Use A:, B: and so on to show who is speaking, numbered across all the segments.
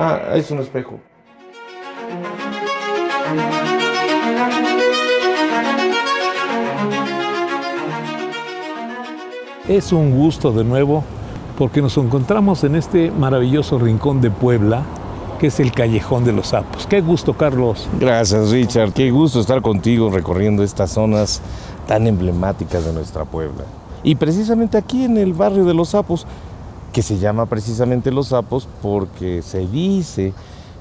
A: Ah, es un espejo.
B: Es un gusto de nuevo porque nos encontramos en este maravilloso rincón de Puebla que es el Callejón de los Sapos. Qué gusto Carlos.
A: Gracias Richard, qué gusto estar contigo recorriendo estas zonas tan emblemáticas de nuestra Puebla. Y precisamente aquí en el barrio de Los Sapos, que se llama precisamente Los Sapos porque se dice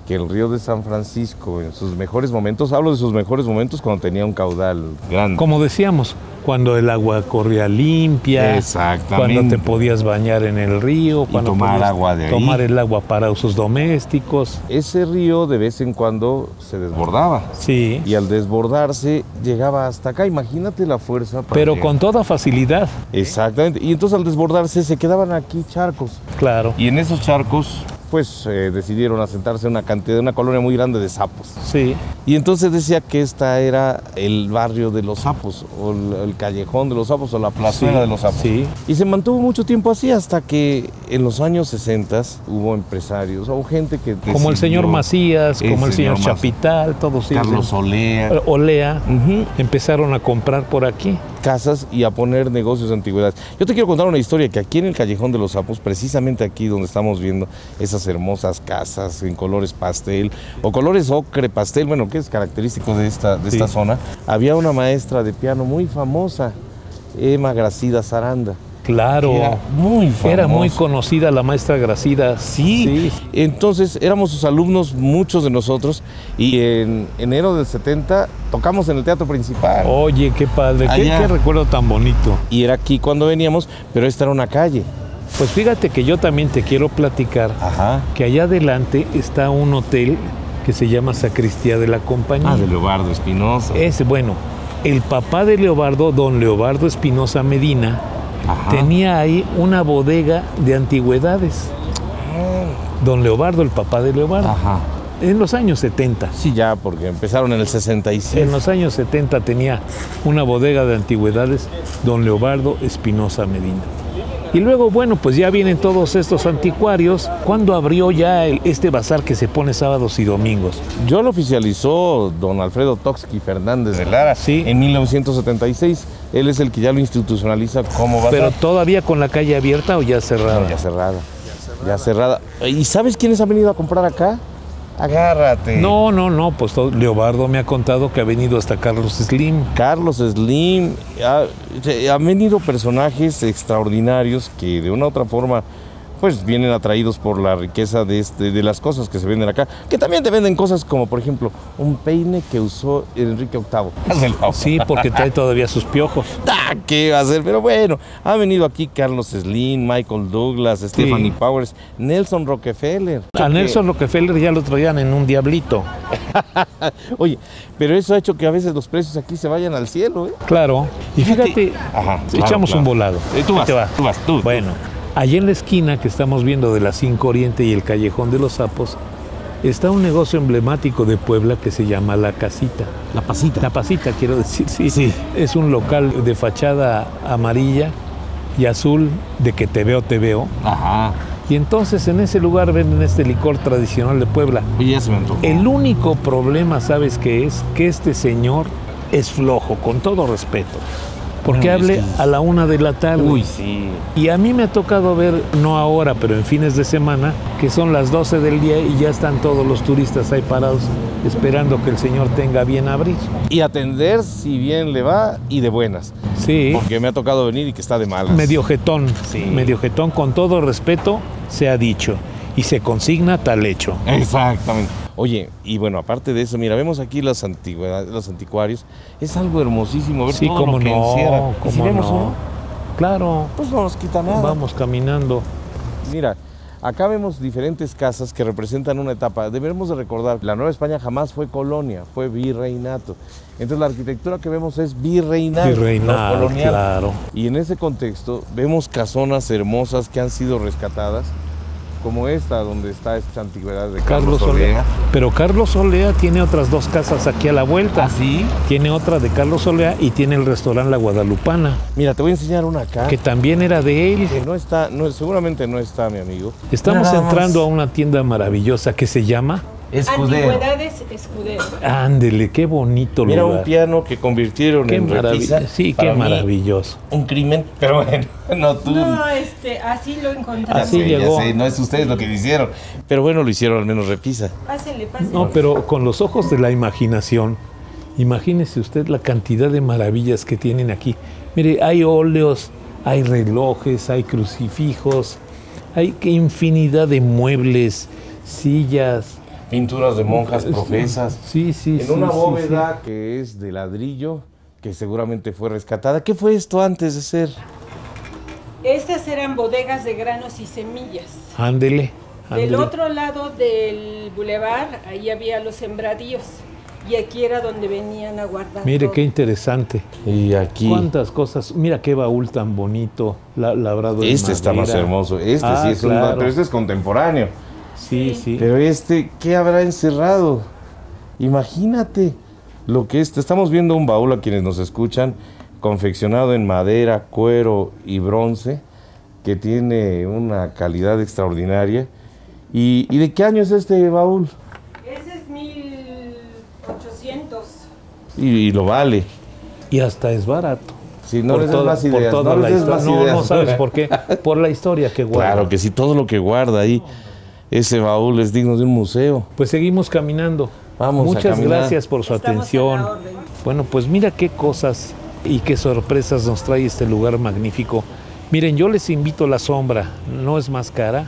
A: que el río de San Francisco en sus mejores momentos, hablo de sus mejores momentos cuando tenía un caudal grande.
B: Como decíamos, cuando el agua corría limpia,
A: Exactamente.
B: cuando te podías bañar en el río, cuando
A: tomar
B: podías
A: agua de ahí.
B: tomar el agua para usos domésticos.
A: Ese río de vez en cuando se desbordaba.
B: Sí.
A: Y al desbordarse llegaba hasta acá. Imagínate la fuerza. para
B: Pero
A: llegar.
B: con toda facilidad,
A: Exactamente. Y entonces al desbordarse se quedaban aquí charcos.
B: claro.
A: Y en esos charcos, pues eh, decidieron asentarse una cantidad, una colonia muy grande de sapos.
B: Sí.
A: Y entonces decía que esta era el barrio de los sapos, o el, el callejón de los sapos, o la plazuela
B: Sí,
A: de los sapos.
B: sí.
A: Y se mantuvo mucho tiempo así hasta que en los años 60 hubo empresarios o gente que...
B: Como el señor
A: decidió-
B: Macías,
A: el
B: como el señor
A: señor Macías.
B: Chapital, todos ellos.
A: Carlos Olea.
B: Olea
A: Ujú.
B: empezaron a comprar por aquí.
A: casas y a poner negocios de antigüedades. Yo te quiero contar una historia que aquí en el Callejón de los Sapos, precisamente aquí donde estamos viendo esas hermosas casas en colores pastel o colores ocre pastel, bueno, que es característico de esta, de esta
B: Sí.
A: zona, había una maestra de piano muy famosa, Emma Gracida Saranda.
B: Claro.
A: que Era muy famosa.
B: Era muy conocida la maestra Gracida.
A: Sí. Entonces éramos sus alumnos, muchos de nosotros, y en enero del 70 tocamos en el teatro principal.
B: Oye, qué padre. Qué,
A: Allá.
B: qué recuerdo tan bonito.
A: Y era aquí cuando veníamos, pero esta era una calle.
B: Pues fíjate que yo también te quiero platicar
A: Ajá.
B: que allá adelante está un hotel que se llama Sacristía de la Compañía.
A: Ah, de Leobardo Espinosa.
B: Es bueno. El papá de Leobardo, don Leobardo Espinosa Medina,
A: Ajá.
B: tenía ahí una bodega de antigüedades. Don Leobardo, el papá de Leobardo.
A: Ajá.
B: En los años 70.
A: Sí, ya, porque empezaron en el 67.
B: En los años 70 tenía una bodega de antigüedades, don Leobardo Espinosa Medina. Y luego, bueno, pues ya vienen todos estos anticuarios. ¿Cuándo abrió ya el- este bazar que se pone sábados y domingos?
A: Yo lo oficializó don Alfredo Toxqui Fernández de Lara
B: Sí.
A: en 1976. Él es el que ya lo institucionaliza como va
B: ¿Pero todavía con la calle abierta o ya cerrada?
A: ya cerrada. Ya cerrada. ¿Y sabes quiénes han venido a comprar acá? Agárrate.
B: No, no, no, pues todo- Leobardo me ha contado que ha venido hasta Carlos Slim.
A: Carlos Slim, ha- se- han venido personajes extraordinarios que de una u otra forma pues vienen atraídos por la riqueza de, este, de las cosas que se venden acá, que también te venden cosas como por ejemplo un peine que usó Enrique VIII. Hazme el favor.
B: Sí, porque trae todavía sus piojos.
A: Ah, ¿Qué va a hacer? Pero bueno, han venido aquí Carlos Slim, Michael Douglas, Stephanie Powers, Nelson Rockefeller.
B: A Nelson Rockefeller ya lo traían en un diablito.
A: Oye, pero eso ha hecho que a veces los precios aquí se vayan al cielo, ¿eh?
B: Claro. Y fíjate,
A: Ajá, claro,
B: echamos
A: claro.
B: un volado.
A: Eh, tú
B: Ahí
A: vas,
B: te va.
A: tú vas, tú, tú.
B: Bueno, allá en la esquina que estamos viendo de la 5 Oriente y el Callejón de los Sapos, está un negocio emblemático de Puebla que se llama La Casita.
A: La pasita.
B: La Pasita, quiero decir, sí.
A: Sí.
B: Es un local de fachada amarilla y azul, de que te veo, te veo.
A: Ajá.
B: Y entonces en ese lugar venden este licor tradicional de Puebla.
A: Oye, ya se me antojó.
B: El único problema, ¿sabes qué es? Que este señor es flojo, con todo respeto. Porque
A: No, es
B: hable
A: que-
B: a la una de la tarde.
A: Uy, sí.
B: Y a mí me ha tocado ver, no ahora, pero en fines de semana, que son las 12 del día y ya están todos los turistas ahí parados esperando que el señor tenga bien abrir.
A: y atender si bien le va y de buenas.
B: Sí,
A: Porque me ha tocado venir y que está de malas.
B: medio jetón,
A: Sí.
B: medio jetón, con todo respeto, se ha dicho. Y se consigna tal hecho.
A: Exactamente. Oye, y bueno, aparte de eso, mira, vemos aquí las antigüedades, los anticuarios. Es algo hermosísimo ver
B: Sí,
A: todo
B: como
A: lo que encierra.
B: no,
A: Y si
B: como
A: vemos
B: no.
A: uno,
B: Claro,
A: pues no nos quita nada.
B: vamos caminando.
A: Mira, Acá vemos diferentes casas que representan una etapa. Debemos de recordar, la Nueva España jamás fue colonia, fue virreinato. Entonces la arquitectura que vemos es virreinal,
B: Virreinal,
A: no colonial.
B: claro.
A: Y en ese contexto vemos casonas hermosas que han sido rescatadas, como esta donde está esta antigüedad de
B: Carlos Olea. Pero Carlos Olea tiene otras dos casas aquí a la vuelta.
A: Así.
B: Tiene otra de Carlos Olea y tiene el restaurante La Guadalupana,
A: Mira, te voy a enseñar una acá.
B: que también era de él.
A: Que no está, no, seguramente no está, mi amigo.
B: Estamos
A: Nada más.
B: entrando a una tienda maravillosa que se llama
A: Escudero.
C: Antigüedades Escudero.
B: Ándele, qué bonito
A: Mira un
B: lugar.
A: piano que convirtieron
B: qué
A: en repisa.
B: maravilloso. Sí,
A: Para
B: qué
A: mí,
B: maravilloso.
A: Un crimen, pero bueno, no tú.
C: No, este, así lo encontramos.
B: Así
A: Ya
B: llegó.
A: sé, no es ustedes lo que hicieron. Pero bueno, lo hicieron al menos repisa.
C: Pásenle, pásenle.
B: No, pero con los ojos de la imaginación, imagínese usted la cantidad de maravillas que tienen aquí. Mire, hay óleos, hay relojes, hay crucifijos, hay que infinidad de muebles, sillas.
A: Pinturas de monjas profesas.
B: Sí,
A: En
B: sí, sí,
A: una
B: sí, sí.
A: bóveda que es de ladrillo, que seguramente fue rescatada. ¿Qué fue esto antes de ser?
C: Estas eran bodegas de granos y semillas.
B: Ándele.
C: Del
B: ándele.
C: otro lado del bulevar, ahí había los sembradíos. Y aquí era donde venían a guardar.
B: Mire
C: todo.
B: qué interesante.
A: Y aquí.
B: ¿Cuántas cosas? Mira qué baúl tan bonito, la- labrado en
A: Este está más
B: madera.
A: hermoso. Este
B: Ah,
A: sí es un-
B: claro.
A: Pero este es contemporáneo.
B: Sí, sí.
A: Pero este, ¿qué habrá encerrado? Imagínate lo que es. Estamos viendo un baúl a quienes nos escuchan, confeccionado en madera, cuero y bronce, que tiene una calidad extraordinaria. ¿Y, y de qué año es este baúl?
C: Ese es 1800.
A: Y, y lo vale.
B: Y hasta es barato.
A: Si no les des
B: toda-
A: más ideas,
B: por toda
A: no
B: la
A: les des
B: historia.
A: más
B: No,
A: ideas.
B: no sabes por qué. Por la historia que guarda.
A: Claro que sí, todo lo que guarda ahí, ese baúl es digno de un museo.
B: Pues seguimos caminando.
A: Vamos a
B: Muchas
A: caminar.
B: gracias por su
C: Estamos a la
B: atención.
C: orden.
B: Bueno, pues mira qué cosas y qué sorpresas nos trae este lugar magnífico. Miren, yo les invito a la sombra, no es más cara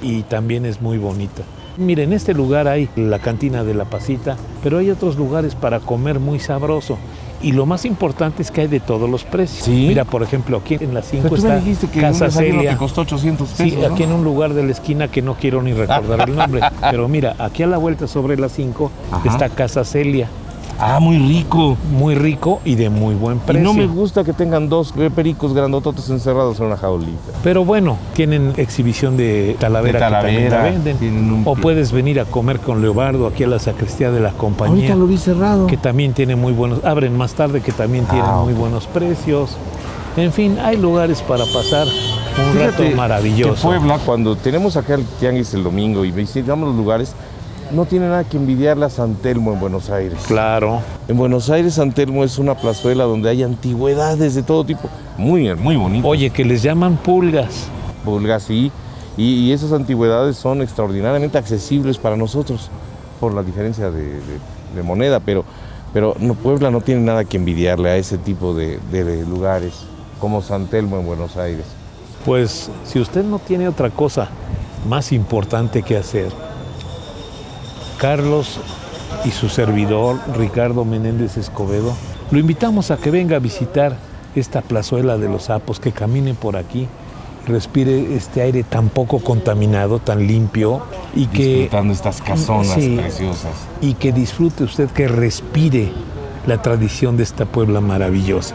B: y también es muy bonita. Miren, en este lugar hay la cantina de la pasita, pero hay otros lugares para comer muy sabroso. Y lo más importante es que hay de todos los precios.
A: Sí.
B: Mira, por ejemplo, aquí en las 5
A: Pero tú me
B: está
A: dijiste que
B: Casa
A: un desayuno
B: Celia.
A: te costó 800 pesos.
B: Sí,
A: ¿no?
B: aquí en un lugar de la esquina que no quiero ni recordar el nombre. Pero mira, aquí a la vuelta sobre las 5
A: Ajá.
B: está Casa Celia.
A: Ah, muy rico.
B: Muy rico y de muy buen
A: Y
B: precio.
A: no me gusta que tengan dos pericos grandototes encerrados en una jaulita.
B: Pero bueno, tienen exhibición de Talavera,
A: De
B: que también la
A: Talavera,
B: venden.
A: tienen un
B: O
A: pie.
B: puedes venir a comer con Leobardo aquí a la sacristía de la compañía,
A: Ahorita lo vi cerrado.
B: que también tiene muy buenos, abren más tarde, que también tienen
A: Ah,
B: muy buenos precios. En fin, hay lugares para pasar un
A: Fíjate
B: rato
A: que
B: maravilloso.
A: Puebla, cuando tenemos acá el tianguis el domingo y visitamos los lugares, no tiene nada que envidiarle a San Telmo en Buenos Aires.
B: Claro.
A: En Buenos Aires, San Telmo es una plazuela donde hay antigüedades de todo tipo. Muy, muy bonito.
B: Oye, que les llaman pulgas.
A: Pulga, sí. Y, y esas antigüedades son extraordinariamente accesibles para nosotros por la diferencia de, de- de moneda, pero, pero no, Puebla no tiene nada que envidiarle a ese tipo de, de lugares como San Telmo en Buenos Aires.
B: Pues si usted no tiene otra cosa más importante que hacer, Carlos y su servidor Ricardo Menéndez Escobedo, lo invitamos a que venga a visitar esta plazuela de los sapos, que camine por aquí, respire este aire tan poco contaminado, tan limpio y que
A: estas
B: casonas Sí.
A: preciosas.
B: y que disfrute usted, que respire la tradición de esta Puebla maravillosa.